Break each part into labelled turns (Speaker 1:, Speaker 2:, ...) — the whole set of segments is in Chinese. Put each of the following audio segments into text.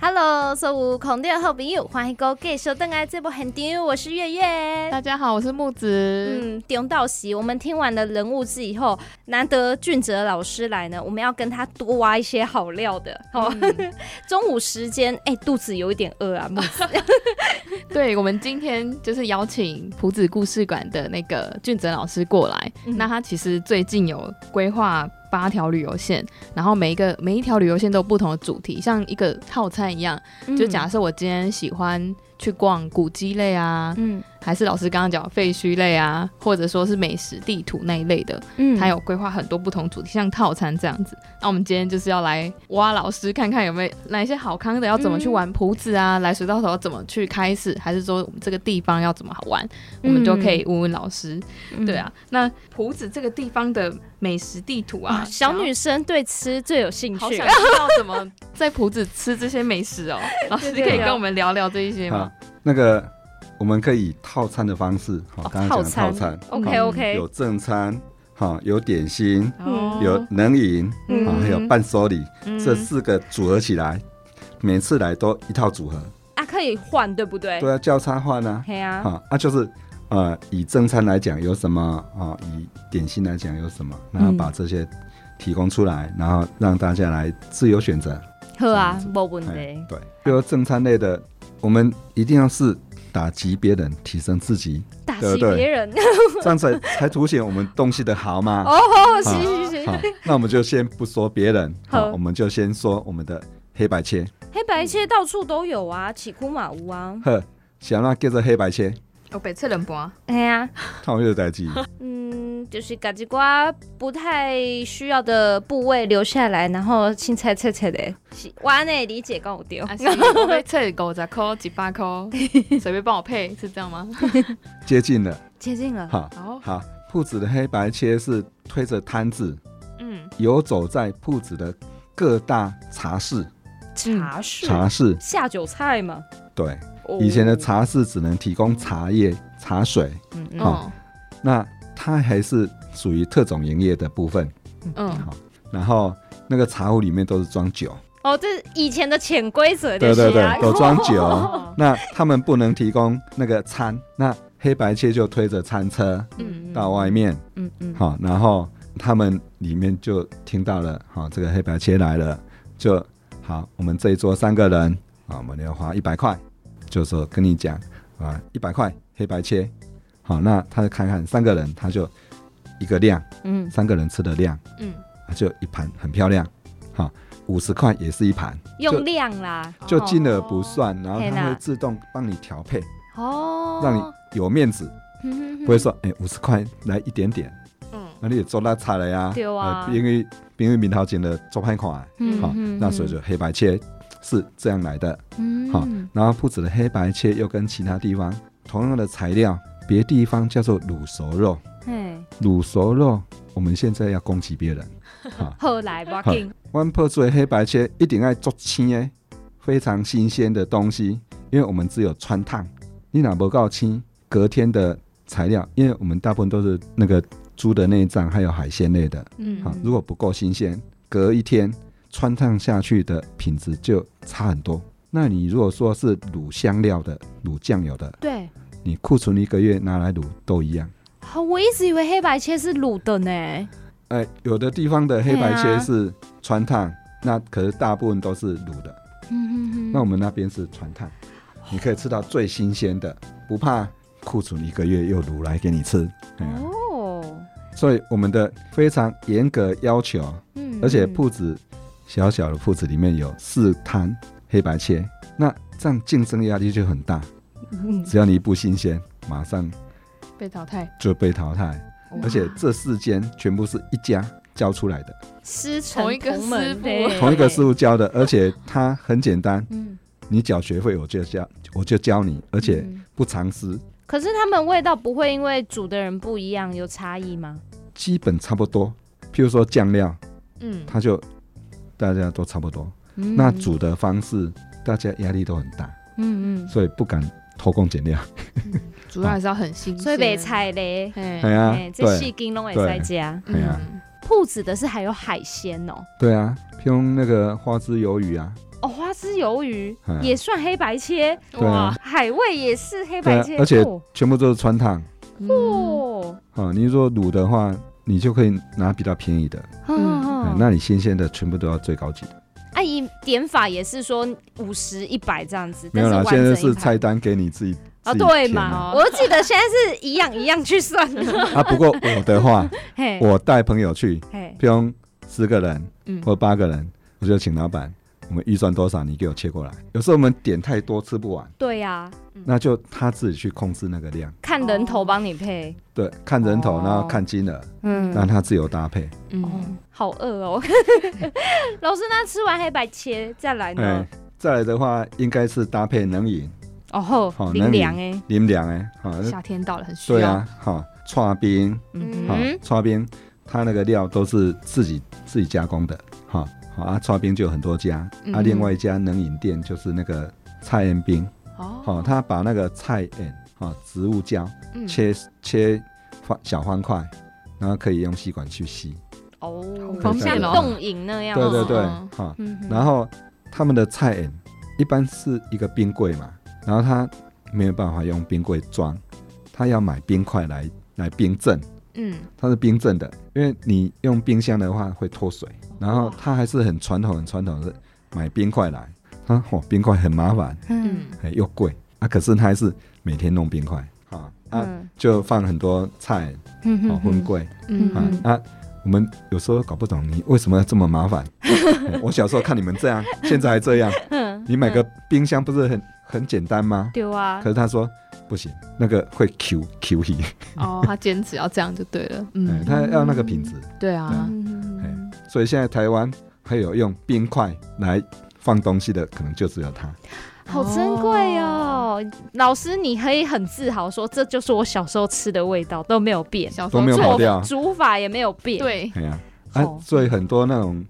Speaker 1: Hello，所有空中好朋友，欢迎各位收登来这部很场，我是月月。
Speaker 2: 大家好，我是木子。
Speaker 1: 嗯，中到席，我们听完了人物志以后，难得俊哲老师来呢，我们要跟他多挖一些好料的。
Speaker 2: 嗯
Speaker 1: 哦， 中午时间，哎、肚子有一点饿啊，木子
Speaker 2: 对，我们今天就是邀请浦子故事馆的那个俊泽老师过来。
Speaker 1: 嗯
Speaker 2: 那他其实最近有规划八条旅游线，然后每一个每一条旅游线都有不同的主题，像一个套餐一样。
Speaker 1: 嗯
Speaker 2: 就假，设我今天喜欢去逛古迹类啊，
Speaker 1: 嗯
Speaker 2: 还是老师刚刚讲废墟类啊，或者说是美食地图那一类的，
Speaker 1: 嗯
Speaker 2: 他有规划很多不同主题，像套餐这样子。那我们今天就是要来挖老师看看有没有哪一些好康的，要怎么
Speaker 1: 嗯
Speaker 2: 去玩谱子啊？来水稻头要怎么去开始，还是说我们这个地方要怎么好玩？
Speaker 1: 嗯
Speaker 2: 我们就可以问问老师。对，啊，那谱子这个地方的美食地图
Speaker 1: 嗯
Speaker 2: 啊，
Speaker 1: 啊小女生对吃最有兴
Speaker 2: 想要。好
Speaker 1: 趣
Speaker 2: 想。知道怎么在谱子吃这些美食 哦，老师
Speaker 1: 对
Speaker 2: 可
Speaker 1: 对
Speaker 2: 以
Speaker 1: 对
Speaker 2: 跟我们聊聊这一些
Speaker 3: 好
Speaker 2: 吗？，
Speaker 3: 那个我们可以以套餐的方式，好、
Speaker 1: 哦
Speaker 3: 刚才讲的套餐，
Speaker 1: OK
Speaker 2: 嗯
Speaker 1: OK，
Speaker 3: 有正餐，好、有点心，
Speaker 2: 哦
Speaker 1: 嗯
Speaker 3: 有能饮，
Speaker 1: 嗯
Speaker 3: 啊、还有伴手礼，
Speaker 2: 嗯
Speaker 3: 这四个组合起来，每次来都一套组合，
Speaker 1: 啊，可以换对不对？
Speaker 3: 都，要交叉换啊，
Speaker 1: 嘿啊，
Speaker 3: 啊啊就是。呃，以正餐来讲有什么啊、以点心来讲有什么？然后
Speaker 1: 嗯
Speaker 3: 把这些提供出来，然后让大家来自由选择。
Speaker 1: 好啊
Speaker 3: 这样子，
Speaker 1: 没问
Speaker 3: 哎
Speaker 1: 题。
Speaker 3: 对，比如正餐类的，我们一定要是打击别人，提升自己，
Speaker 1: 打
Speaker 3: 对
Speaker 1: 击
Speaker 3: 不对
Speaker 1: 别人，
Speaker 3: 这样才才凸显我们东西的好嘛。
Speaker 1: 哦吼，
Speaker 3: 好
Speaker 1: 行行行，
Speaker 3: 好，那我们就先不说别人，
Speaker 1: 好
Speaker 3: 好，我们就先说我们的黑白切。
Speaker 1: 黑白切到处都有啊，起库马屋啊，
Speaker 3: 呵，想要叫做黑白切，
Speaker 2: 有北侧人博，
Speaker 1: 哎呀，
Speaker 3: 看我又在记。
Speaker 1: 嗯，就是嘎吱瓜不太需要的部位留下来，然后青菜切切的，啊是我安内理解够丢。
Speaker 2: 啊还是我被测狗十扣几 百扣，随便帮我配，是这样吗？
Speaker 3: 接近了。
Speaker 1: 接近了，
Speaker 3: 好，
Speaker 2: 好，
Speaker 3: 好，铺子的黑白切是推着摊子
Speaker 2: 嗯，
Speaker 3: 游走在铺子的各大茶室，
Speaker 1: 茶室
Speaker 3: 茶室
Speaker 1: 下酒菜嘛，
Speaker 3: 对，
Speaker 1: 哦
Speaker 3: 以前的，茶室只能提供茶叶、茶水，
Speaker 1: 嗯嗯
Speaker 3: 好
Speaker 2: 哦，
Speaker 3: 那它还是属于特种营业的部分。
Speaker 2: 嗯，
Speaker 3: 好，然后那个茶壶里面都是装酒。
Speaker 1: 哦，这是以前的潜规则就
Speaker 3: 对
Speaker 1: 是
Speaker 3: 对
Speaker 1: 啊
Speaker 3: 对，都装酒。
Speaker 2: 哦
Speaker 3: 那他们不能提供那个餐，那黑白切就推着餐车
Speaker 2: 嗯
Speaker 3: 到外面，
Speaker 1: 嗯嗯，
Speaker 3: 好、然后他们里面就听到了，好、这个黑白切来了，就好，我们这一桌三个人，啊，我们要花一百块，就说跟你讲啊，一百块黑白切，好，那他就看看三个人，他就一个量，
Speaker 1: 嗯
Speaker 3: 三个人吃的量，
Speaker 2: 嗯，
Speaker 3: 啊就一盘很漂亮，好、五十块也是一盘，就
Speaker 1: 用量啦，
Speaker 3: 就
Speaker 2: 哦
Speaker 3: 金额不算，然后
Speaker 1: 哦天
Speaker 3: 它
Speaker 1: 哪
Speaker 3: 会自动帮你调配，
Speaker 1: 哦，嗯
Speaker 3: 让你有面子，
Speaker 1: 你
Speaker 3: 不会说哎五十块来一点点，
Speaker 2: 嗯，
Speaker 3: 那你也做那差了呀。
Speaker 1: 对啊
Speaker 3: 呃因为因为明朝前的做派款，好、
Speaker 1: 嗯，嗯好
Speaker 3: 那所以就黑白切是这样来的。好然后铺子的黑白切又跟其他地方同样的材料，别地方叫做卤熟肉，
Speaker 1: 嘿，
Speaker 3: 卤熟肉我们现在要攻击别人。
Speaker 1: 后来我紧，
Speaker 3: 湾破做的黑白切一定要做青的，非常新鲜的东西，因为我们只有穿烫，你哪不够青，隔天的材料，因为我们大部分都是那个猪的内脏还有海鲜类的，
Speaker 2: 嗯
Speaker 3: 啊
Speaker 1: 嗯，
Speaker 3: 如果不够新鲜，隔一天穿烫下去的品质就差很多。那你如果说是卤香料的、卤酱油的，
Speaker 1: 对。
Speaker 3: 你库存一个月拿来卤都一样。
Speaker 1: 好，我一直以为黑白切是卤的呢。
Speaker 3: 哎、有的地方的黑白
Speaker 1: 对
Speaker 3: 切
Speaker 1: 啊
Speaker 3: 是穿烫，那可是大部分都是卤的。
Speaker 1: 嗯
Speaker 3: 那我们那边是传烫，你可以吃到最新鲜的，不怕库存一个月又卤来给你吃。哎呀
Speaker 1: 哦，
Speaker 3: 所以我们的非常严格要求，
Speaker 1: 嗯
Speaker 3: 而且铺子小小的铺子里面有四摊黑白切，那这样竞争压力就很大。
Speaker 1: 嗯
Speaker 3: 只要你不新鲜，马上
Speaker 2: 被淘汰，
Speaker 3: 就被淘汰。而且这四间全部是一家教出来的，
Speaker 1: 师承
Speaker 2: 同一个
Speaker 1: 同门
Speaker 2: 师傅
Speaker 1: 对
Speaker 3: 同一个师傅教的，而且它很简单，
Speaker 1: 嗯，
Speaker 3: 你缴学费我就教，我就教你，而且
Speaker 1: 嗯
Speaker 3: 不藏私，
Speaker 1: 可是他们味道不会因为煮的人不一样有差异吗？
Speaker 3: 基本差不多。譬如说酱料，
Speaker 2: 嗯，
Speaker 3: 它就大家都差不多。
Speaker 1: 嗯
Speaker 3: 那煮的方式，大家压力都很大，
Speaker 1: 嗯
Speaker 3: 所以不敢偷工减料。
Speaker 2: 主要还是要很
Speaker 1: 嗯，
Speaker 2: 新鲜，
Speaker 1: 所以北，菜嘞，
Speaker 2: 哎
Speaker 3: 哎，呀
Speaker 1: 哎，这
Speaker 3: 对
Speaker 1: 细金拢也在加。
Speaker 3: 哎呀，
Speaker 2: 嗯
Speaker 1: 铺子的是还有海鲜哦，
Speaker 3: 对啊，譬如那个花枝鱿鱼啊，
Speaker 1: 哦，花枝丝鱿鱼
Speaker 3: 嗯
Speaker 1: 也算黑白切，
Speaker 3: 对啊，
Speaker 1: 海味也是黑
Speaker 3: 对
Speaker 1: 白
Speaker 3: 啊
Speaker 1: 切，，
Speaker 3: 而且
Speaker 1: 哦
Speaker 3: 全部都是川烫
Speaker 2: 嗯
Speaker 1: 哦，
Speaker 3: 啊。你如果卤的话，你就可以拿比较便宜的，
Speaker 1: 嗯
Speaker 3: 哎那你新鲜的全部都要最高级的。
Speaker 1: 阿姨点法也是说五十一百这样子，
Speaker 3: 没
Speaker 1: 但
Speaker 3: 有
Speaker 1: 是
Speaker 3: 啦
Speaker 1: 完，
Speaker 3: 现
Speaker 1: 整
Speaker 3: 在
Speaker 1: 一
Speaker 3: 是
Speaker 1: 盘
Speaker 3: 菜单给你自己
Speaker 1: 啊，
Speaker 3: 自己
Speaker 1: 对
Speaker 2: 嗯
Speaker 3: 填
Speaker 1: 嘛
Speaker 3: 啊？
Speaker 1: 我记得现在是一样一样去算 的，
Speaker 3: 啊，不过我的 话，
Speaker 1: 嘿，
Speaker 3: 我带朋友去，
Speaker 1: 嘿，
Speaker 3: 譬如十个人
Speaker 2: 嗯
Speaker 3: 或八个人，我就请老板，我们预算多少，你给我切过来。有时候我们点太多吃不完，
Speaker 1: 对呀，
Speaker 2: 嗯
Speaker 3: 那就他自己去控制那个量，
Speaker 1: 看人头帮你配，
Speaker 3: 对，看人头，
Speaker 1: 哦
Speaker 3: 然后看金额，
Speaker 2: 哦
Speaker 1: 嗯，
Speaker 3: 让他自由搭配。
Speaker 2: 嗯，
Speaker 1: 好饿哦， 老师，那吃完黑白切再来呢
Speaker 3: 哎？，再来的话，应该是搭配冷饮、
Speaker 1: 哦吼，
Speaker 3: 好
Speaker 1: 冰
Speaker 3: 那你
Speaker 1: 凉哎，
Speaker 3: 饮凉哎，好，
Speaker 2: 哦夏天到了很需
Speaker 3: 对
Speaker 2: 要，
Speaker 3: 啊，好，串冰，
Speaker 2: 嗯
Speaker 3: 好
Speaker 1: 嗯，
Speaker 3: 串冰，它那个料都是自己自己加工的，好，好啊，串冰就有很多家，啊，
Speaker 2: 嗯
Speaker 3: 另外一家冷饮店就是那个菜园冰。
Speaker 2: 哦，
Speaker 3: 哦，他把那个菜叶哦，植物胶
Speaker 2: 嗯
Speaker 3: 切、切方小方块，然后可以用吸管去吸。
Speaker 1: 哦，
Speaker 2: 方
Speaker 1: 像
Speaker 2: 便哦
Speaker 1: 冻饮那样，啊
Speaker 3: 对对对，
Speaker 2: 哦
Speaker 3: 哈、
Speaker 1: 嗯哼，
Speaker 3: 然后他们的菜叶一般是一个冰柜嘛，然后他没有办法用冰柜装，他要买冰块来来冰镇，
Speaker 2: 嗯，
Speaker 3: 它是冰镇的，因为你用冰箱的话会脱水。然后
Speaker 1: 哦
Speaker 3: 他还是很传统很传统的买冰块来，啊，哦，冰块很麻烦，
Speaker 1: 嗯
Speaker 2: 嗯，
Speaker 3: 哎又贵啊，可是他还是每天弄冰块啊啊。
Speaker 1: 嗯
Speaker 3: 就放很多菜
Speaker 1: 嗯
Speaker 3: 哦，荤
Speaker 1: 嗯，
Speaker 3: 贵
Speaker 2: 嗯
Speaker 3: 啊
Speaker 1: 嗯
Speaker 3: 啊！我们有时候搞不懂你为什么要这么 麻烦。哎我小时候看你们这样，现在还这样，
Speaker 1: 嗯
Speaker 3: 你买个冰箱不是很很简单吗？
Speaker 1: 丢啊
Speaker 3: 可，是他说不行，那个会 Q Q 皮，
Speaker 2: 哦，他坚持要这样就对了，
Speaker 3: 哎
Speaker 2: 嗯，
Speaker 3: 他要那个品质，
Speaker 2: 对啊，
Speaker 1: 嗯
Speaker 3: 所以现在台湾还有用冰块来放东西的，可能就只有他。
Speaker 1: 好珍贵哦！老师，你可以很自豪说，这就是我小时候吃的味道，都没有变，
Speaker 2: 小时
Speaker 3: 都
Speaker 2: 候
Speaker 3: 没有
Speaker 2: 做
Speaker 3: 跑掉
Speaker 1: 煮法也没有变。，
Speaker 2: 对，
Speaker 3: 哎呀，啊
Speaker 1: 哦，
Speaker 3: 所以很多那种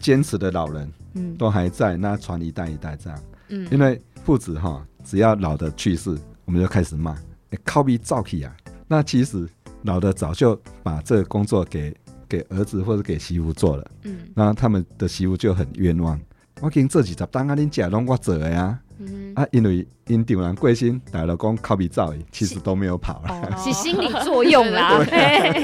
Speaker 3: 坚持的老人
Speaker 1: 嗯，
Speaker 3: 都还在，那传一代一代这样。
Speaker 2: 嗯
Speaker 3: 因为父子哈，只要老的去世，我们就开始骂，欸靠逼造起啊。那其实老的早就把这个工作给给儿子或者给媳妇做了，
Speaker 2: 嗯
Speaker 3: 然后他们的媳妇就很冤枉。我经这几十当啊，恁假拢我做的呀、
Speaker 2: 嗯
Speaker 3: 啊，啊，因为因丈人过身，大老公靠逼造的，其实都没有 跑了。
Speaker 1: 哦，是心理作用 啦，嘿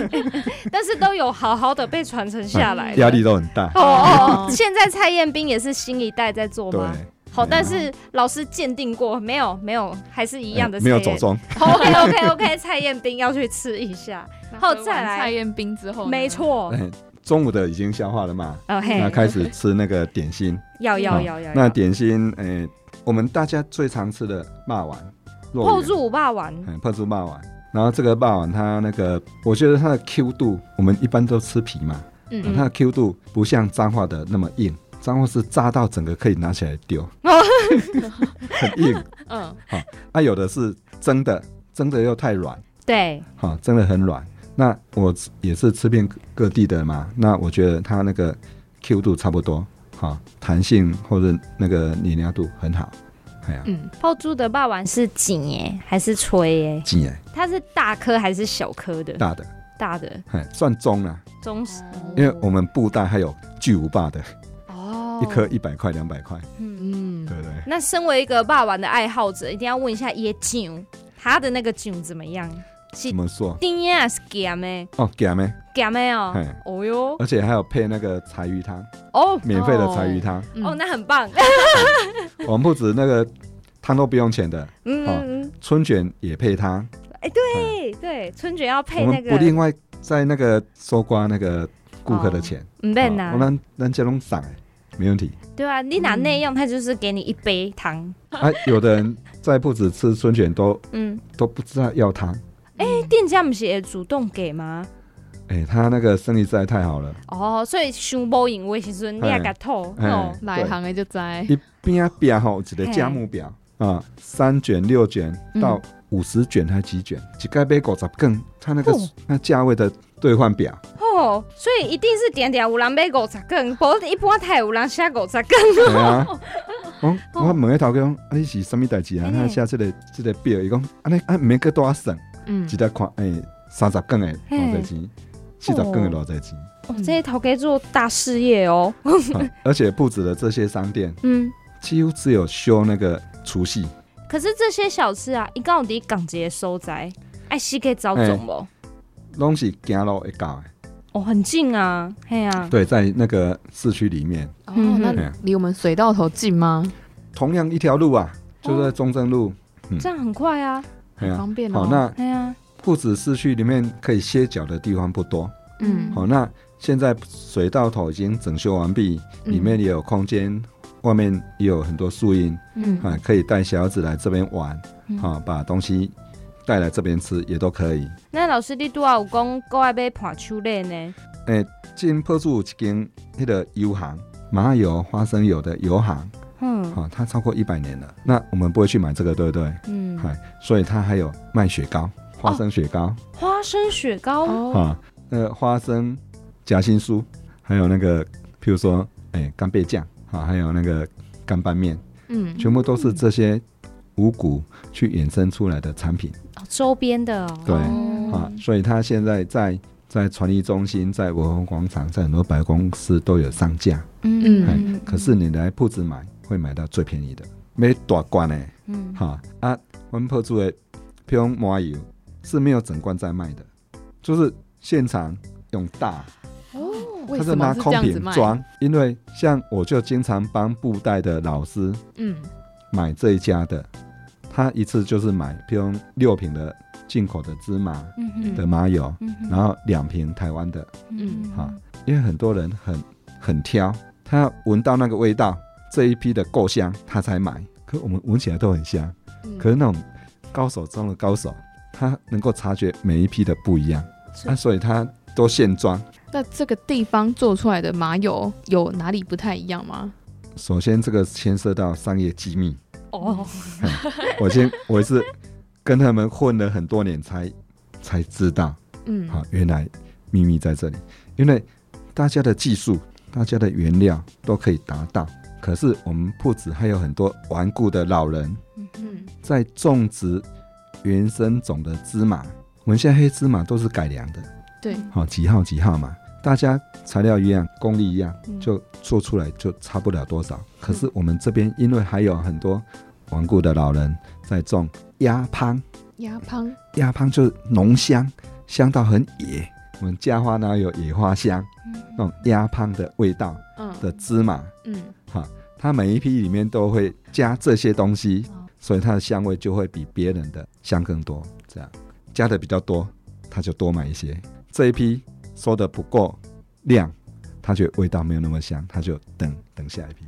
Speaker 1: 但是都有好好的被传承下来。
Speaker 3: 压力都很 大，
Speaker 1: 哦哦，哦现在蔡彦斌也是新一代在做
Speaker 3: 对，
Speaker 1: 吗？好，
Speaker 3: 对啊
Speaker 1: 但是老师鉴定过，没有没有，还是一样的
Speaker 3: 哎
Speaker 1: 蔡
Speaker 3: 没
Speaker 1: 彦。
Speaker 3: 有走中，
Speaker 1: OK OK OK，蔡 彦斌要去吃一下。后再来
Speaker 2: 蔡彦斌之后呢，
Speaker 1: 哦没错，
Speaker 3: 哎中午的已经消化了嘛，
Speaker 1: 哦
Speaker 3: 那
Speaker 1: 嘿，
Speaker 3: 开始吃那个点心，
Speaker 1: 要要
Speaker 3: 好
Speaker 1: 要要。
Speaker 3: 那
Speaker 1: 要
Speaker 3: 点心，诶、我们大家最常吃的霸丸，肉
Speaker 1: 后
Speaker 3: 圆，
Speaker 1: 住五霸丸，
Speaker 3: 嗯，泡猪霸丸。然后这个霸丸它那个，我觉得它的 Q 度，我们一般都吃皮嘛，
Speaker 2: 嗯，
Speaker 1: 嗯
Speaker 3: 它的 Q 度不像彰化的那么硬，彰化是炸到整个可以拿起来丢，很硬。
Speaker 2: 嗯
Speaker 3: 啊，有的是蒸的，蒸的又太软，
Speaker 1: 对，
Speaker 3: 哈、蒸的很软。那我也是吃遍各地的嘛，那我觉得它那个 Q 度差不多，哈、弹性或者那个黏黏度很好，哎呀、
Speaker 2: 嗯，
Speaker 1: 泡猪的霸丸是紧耶还是吹耶？
Speaker 3: 紧耶
Speaker 1: 它是大颗还是小颗的？
Speaker 3: 大的，
Speaker 1: 大的
Speaker 3: 嘿，算中了、
Speaker 1: 中嗯式
Speaker 2: 哦
Speaker 3: 因为我们布袋还有巨无霸的，
Speaker 1: 哦
Speaker 3: 一颗一百块、两百块，
Speaker 1: 嗯，
Speaker 2: 嗯
Speaker 3: 对不对？
Speaker 1: 那身为一个霸丸的爱好者，一定要问一下椰酱，它的那个酱怎么样？是
Speaker 3: 怎么说？
Speaker 1: 甜啊，是咸的，
Speaker 3: 哦，给没？
Speaker 1: 咸的哦。
Speaker 3: 嘿，
Speaker 1: 哦哟，
Speaker 3: 而且还有配那个柴鱼汤，
Speaker 1: 哦
Speaker 3: 免费的柴鱼汤。
Speaker 2: 嗯
Speaker 1: 哦，那很棒。
Speaker 3: 我们不止那个汤都不用钱的，
Speaker 1: 嗯嗯，嗯
Speaker 3: 春卷也配汤。
Speaker 1: 哎，对对，春卷要配
Speaker 3: 我
Speaker 1: 那
Speaker 3: 们不
Speaker 1: 个，
Speaker 3: 另外在那个收刮那个顾客的钱，
Speaker 1: 唔
Speaker 3: 哦
Speaker 1: 变
Speaker 3: 我
Speaker 1: 呐，
Speaker 3: 们咱家拢赏哎，没 问题。
Speaker 1: 对啊，你拿内用，它就是给你一杯汤。
Speaker 3: 啊，有的人在不止吃春卷都
Speaker 1: 嗯，
Speaker 3: 都不知道要汤，
Speaker 2: 哎
Speaker 1: 店家不是也主动给吗？
Speaker 3: 哎，他那个生意实在太好了，
Speaker 1: 哦，所以想无用的时阵，你也
Speaker 3: 哎
Speaker 1: 甲吐
Speaker 3: 哎
Speaker 1: 吼，，
Speaker 2: 哪一
Speaker 3: 对
Speaker 2: 行的就在
Speaker 3: 一边表吼，一个价目表啊，
Speaker 1: 嗯
Speaker 3: 三卷、六卷到五十卷还几卷，一盖杯狗十更，它那个、
Speaker 1: 哦
Speaker 3: 那价位的兑换 表，
Speaker 1: 吼，所以一定是点点有人买五十 根，无一般太有人写五十根。
Speaker 3: 对啊。哦、我问个头家讲，啊你是什么代志啊？
Speaker 1: 嘿
Speaker 3: 他写这个这个表，伊讲，啊你啊免个多少省，
Speaker 2: 嗯
Speaker 3: 一，在看诶三十更诶
Speaker 1: 嘿
Speaker 3: 偌侪钱，四十更诶偌侪钱、
Speaker 1: 哦，这些头家做大事业哦。
Speaker 3: 嗯啊而且不止了这些商店，
Speaker 1: 嗯，
Speaker 3: 几乎只有休那个除夕，
Speaker 1: 可是这些小吃啊，一到底港节收窄，哎，是可以找总不？
Speaker 3: 拢是行路会到的。
Speaker 1: 哦，很近啊，嘿啊，
Speaker 3: 对，在那个市区里面，
Speaker 2: 哦，
Speaker 1: 嗯
Speaker 2: 那
Speaker 3: 嗯
Speaker 2: 离我们水道头近吗？
Speaker 3: 同样一条路啊，就在中正
Speaker 2: 哦
Speaker 3: 路。
Speaker 1: 这样很快啊，
Speaker 3: 哎
Speaker 2: 很
Speaker 3: 呀，
Speaker 2: 方便哦。
Speaker 3: 好，那
Speaker 1: 嘿啊，
Speaker 3: 不止市区里面可以歇脚的地方不多。
Speaker 2: 嗯
Speaker 3: 好，那现在水道头已经整修完毕，
Speaker 2: 嗯
Speaker 3: 里面也有空间，外面也有很多树荫
Speaker 2: 嗯
Speaker 3: 啊，可以带小孩子来这边玩
Speaker 1: 嗯
Speaker 3: 啊，把东西带来这边吃也都可以。
Speaker 1: 那老师你拄啊有讲，国外买盘手类呢？
Speaker 3: 进破处有一间那个油行，麻油、花生油的油行
Speaker 1: 嗯
Speaker 3: 啊，它超过一百年了。那我们不会去买这个，对不对？
Speaker 1: 嗯，
Speaker 3: 嗨，所以它还有卖雪糕，花生雪糕、
Speaker 1: 花生雪糕，
Speaker 2: 哦，
Speaker 3: 啊，那个花生夹心酥，还有那个，譬如说，哎、干贝酱啊，还有那个干拌面，
Speaker 2: 嗯，
Speaker 3: 全部都是这些五谷去衍生出来的产品
Speaker 1: 哦周边的哦，
Speaker 3: 对
Speaker 2: 嗯
Speaker 1: 哦
Speaker 3: 啊。所以它现在在在传艺中心、在文化广场、在很多百货公司都有上架。
Speaker 1: 嗯
Speaker 3: 哎
Speaker 1: 嗯，
Speaker 3: 可是你来铺子买，会买到最便宜的，没大罐呢，
Speaker 1: 嗯，
Speaker 3: 哈啊，我们铺子的譬如麻油是没有整罐在卖的，就是现场用大，
Speaker 1: 哦，
Speaker 2: 为
Speaker 3: 它
Speaker 2: 什
Speaker 3: 拿
Speaker 2: 么是这
Speaker 3: 空
Speaker 2: 样子
Speaker 3: 瓶
Speaker 2: 卖？嗯
Speaker 3: 装，因为像我就经常帮布袋的老师
Speaker 2: 嗯，
Speaker 3: 买这一家的，他一次就是买譬如六瓶的进口的芝麻
Speaker 1: 嗯
Speaker 3: 的麻油，
Speaker 1: 嗯哼
Speaker 3: 然后两瓶台湾的，
Speaker 2: 嗯
Speaker 3: 哈，因为很多人很很挑，他要闻到那个味道，这一批的够香，他才买。可我们闻起来都很香，
Speaker 2: 嗯
Speaker 3: 可是那种高手中的高手，他能够察觉每一批的不一样，
Speaker 1: 是
Speaker 3: 那、所以他都现装。
Speaker 2: 那这个地方做出来的麻油有哪里不太一样吗？
Speaker 3: 首先，这个牵涉到商业机密，
Speaker 1: 哦，
Speaker 3: 我先 我是跟他们混了很多年才才知道，
Speaker 2: 嗯，
Speaker 3: 啊，原来秘密在这里，因为大家的技术、大家的原料都可以达到，可是我们不止还有很多顽固的老人
Speaker 2: 嗯，
Speaker 3: 在种植原生种的芝麻。我们现在黑芝麻都是改良的，
Speaker 2: 对，
Speaker 3: 好、几号几号嘛，大家材料一样，工艺一样，
Speaker 1: 嗯
Speaker 3: 就做出来就差不了多少。可是我们这边因为还有很多顽固的老人在种鸭蚌，
Speaker 2: 鸭蚌，
Speaker 3: 鸭蚌就是浓香，香到很野。我们家花哪有野花香？那种鸭蚌的味道
Speaker 2: 嗯
Speaker 3: 的芝麻，
Speaker 2: 嗯，
Speaker 3: 哈，它每一批里面都会加这些东西
Speaker 2: 哦，
Speaker 3: 所以它的香味就会比别人的香更多。这样加的比较多，他就多买一些。这一批收的不够量，他觉得味道没有那么香，他就等等下一批。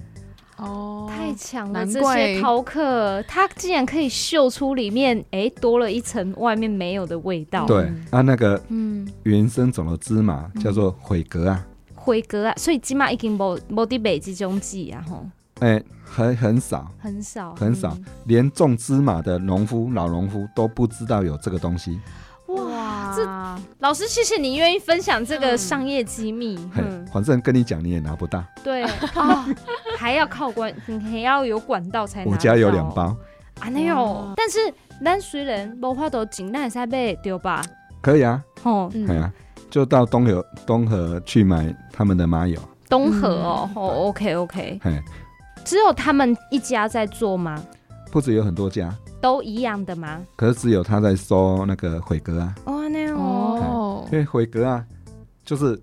Speaker 2: 哦，
Speaker 1: 太强了！
Speaker 2: 难
Speaker 1: 这
Speaker 2: 怪
Speaker 1: 些饕客，他竟然可以嗅出里面哎、诶多了一层外面没有的味道。
Speaker 3: 对
Speaker 2: 嗯，
Speaker 3: 啊，那个
Speaker 1: 嗯，
Speaker 3: 原生种的芝麻叫做悔格啊，
Speaker 1: 回格啊，所以起码已经无无伫卖这种剂啊，吼，
Speaker 3: 哎、还很少，
Speaker 1: 很少，
Speaker 3: 很少，连种芝麻的农夫、老农夫都不知道有这个东西。
Speaker 1: 嗯。哇，
Speaker 2: 这
Speaker 1: 老师，谢谢你愿意分享这个
Speaker 2: 嗯
Speaker 1: 商业机密。
Speaker 3: 嘿
Speaker 1: 嗯，，
Speaker 3: 反正跟你讲你也拿不到，
Speaker 1: 对啊，还要靠关，你还要有管道才拿得到。
Speaker 3: 我家有两包，
Speaker 1: 啊，那有
Speaker 2: 哇，
Speaker 1: 但是咱虽然无法度尽咱会使买对吧？
Speaker 3: 可以啊，
Speaker 1: 吼，
Speaker 3: 哎呀、
Speaker 2: 嗯，
Speaker 3: 就到东河东河去买他们的麻油，
Speaker 1: 东河哦，
Speaker 2: 嗯
Speaker 1: 吼，OK OK，
Speaker 3: 嘿，
Speaker 1: 只有他们一家在做吗？
Speaker 3: 不止有很多家，
Speaker 1: 都一样的吗？
Speaker 3: 可是只有他在收那个回格啊，
Speaker 1: 哦，那哦，
Speaker 2: 哦
Speaker 3: 因，为回格啊，就是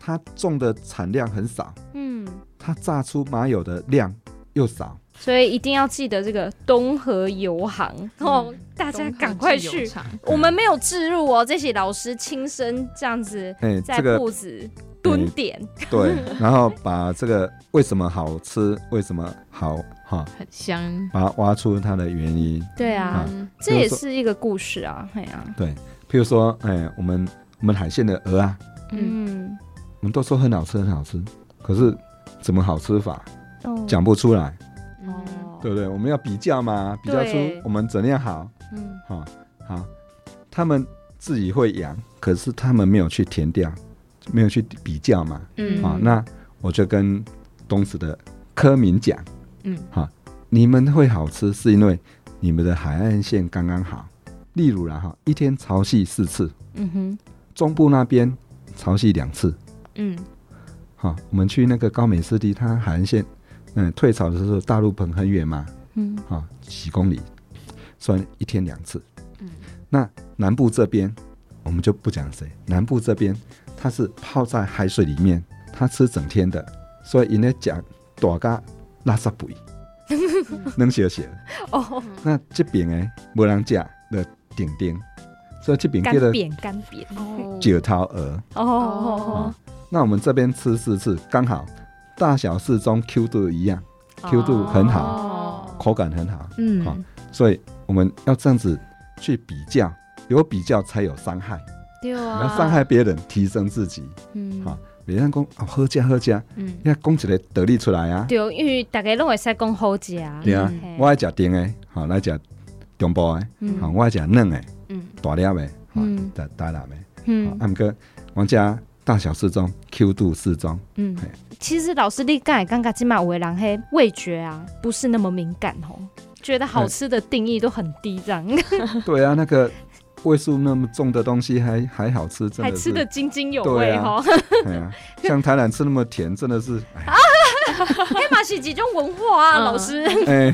Speaker 3: 他种的产量很少，
Speaker 1: 嗯，
Speaker 3: 他榨出麻油的量又少，
Speaker 1: 所以一定要记得这个东河油行哦，大家赶快去。我们没有置入哦，这些老师亲身这样子
Speaker 3: 哎，
Speaker 1: 在
Speaker 3: 这个嗯
Speaker 1: 铺子蹲点，
Speaker 3: 对， 然后把这个为什么好吃，为什么好哈，
Speaker 2: 很香，
Speaker 3: 把它挖出它的原因，
Speaker 1: 对啊，
Speaker 2: 嗯
Speaker 1: 这也是一个故事啊，哎呀，
Speaker 3: 对，譬如说，哎，我们我们海鲜的鹅啊，
Speaker 1: 嗯，
Speaker 3: 我们都说很好吃，很好吃，可是怎么好吃法
Speaker 1: 哦
Speaker 3: 讲不出来。
Speaker 1: 哦，
Speaker 3: 对不对？我们要比较嘛，比较出
Speaker 1: 对
Speaker 3: 我们怎样好，
Speaker 1: 嗯，
Speaker 3: 哈、好。他们自己会养，可是他们没有去填掉，没有去比较嘛，
Speaker 2: 嗯
Speaker 3: 啊、
Speaker 1: 嗯
Speaker 3: 那我就跟东石的科民讲，
Speaker 2: 嗯，
Speaker 3: 哈，你们会好吃是因为你们的海岸线刚刚好，例如啦哈，一天潮汐四次，
Speaker 1: 嗯哼，
Speaker 3: 中部那边潮汐两次，
Speaker 2: 嗯
Speaker 3: 哈，我们去那个高美湿地，它海岸线嗯，退潮的时候大陆盆很远嘛，
Speaker 1: 嗯，
Speaker 3: 啊、几公里，算一天两次。那南部这边我们就不讲谁，南部这边它是泡在海水里面，它吃整天的，所以人家讲大咖垃圾肥，能写写。
Speaker 1: 哦，
Speaker 3: 那这边诶，无人食的顶顶，所以这边
Speaker 1: 干
Speaker 3: 叫做
Speaker 1: 扁干扁，
Speaker 2: 哦
Speaker 3: 九头鹅。
Speaker 1: 哦哦
Speaker 3: 那我们这边吃四次，刚好大小适中，Q 度一样，
Speaker 1: 哦
Speaker 3: 啊 Q 度很好
Speaker 2: 哦
Speaker 3: 口感很好，好
Speaker 2: 嗯，
Speaker 3: 所以我们要这样子去比较，有比较才有伤害，
Speaker 1: 对
Speaker 3: 你
Speaker 1: 啊，
Speaker 3: 要伤害别人，提升自己。
Speaker 1: 嗯
Speaker 3: 好别人讲哦，好食好食，
Speaker 2: 嗯，
Speaker 3: 要讲一个道理出来啊。
Speaker 1: 对，因为大家拢会使讲好食，
Speaker 3: 对啊
Speaker 2: 嗯，
Speaker 1: 嘿
Speaker 3: 我爱食甜的，好来食中部的，
Speaker 1: 嗯
Speaker 3: 好我爱食嫩的，
Speaker 2: 嗯，
Speaker 3: 大粒的，好
Speaker 1: 嗯
Speaker 3: 大大粒的。
Speaker 1: 嗯
Speaker 3: 啊，毋过我家大小适中，Q 度适中，
Speaker 1: 嗯
Speaker 3: 嘿，
Speaker 1: 其实老师你刚才刚刚今嘛有的人嘿味觉啊不是那么敏感吼，觉得好吃的定义都很低这样，
Speaker 3: 对啊，那个味素那么重的东西还还好吃，真
Speaker 1: 还
Speaker 3: 的是
Speaker 1: 吃得津津有
Speaker 3: 对
Speaker 1: 味
Speaker 3: 啊
Speaker 1: 吼，
Speaker 3: 哎呀，像台南吃那么甜，真的是哎
Speaker 1: 黑马是几种文化啊，
Speaker 2: 嗯
Speaker 1: 老师。
Speaker 3: 哎，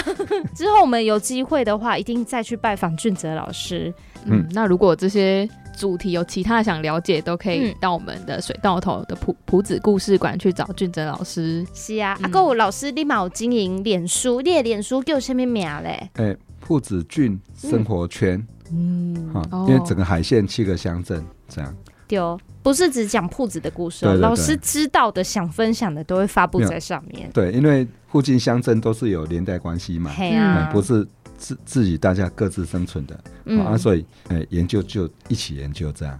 Speaker 1: 之后我们有机会的话，一定再去拜访俊哲老师。
Speaker 2: 嗯，那如果这些主题有其他想了解，都可以
Speaker 1: 嗯
Speaker 2: 到我们的水道头的普普子故事馆去找俊哲老师。
Speaker 1: 是啊，阿
Speaker 2: 嗯
Speaker 1: 够、老师你嘛有经营脸书，你的脸书叫什么名啊嘞？
Speaker 3: 哎，铺子郡生活圈
Speaker 1: 嗯，
Speaker 3: 哈
Speaker 2: 哦，
Speaker 3: 因为整个海线七个乡镇这样，
Speaker 1: 对哦，不是只讲铺子的故事哦，
Speaker 3: 对对对
Speaker 1: 老师知道的、想分享的都会发布在上面。
Speaker 3: 对，因为附近乡镇都是有连带关系嘛，
Speaker 1: 嘿
Speaker 3: 哎
Speaker 1: 啊，
Speaker 3: 不是自自己大家各自生存的
Speaker 1: 嗯
Speaker 3: 啊，所以哎，研究就一起研究这样。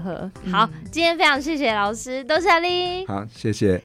Speaker 1: 呵呵呵。好，今天非常谢谢老师，多谢你。
Speaker 3: 好，谢谢。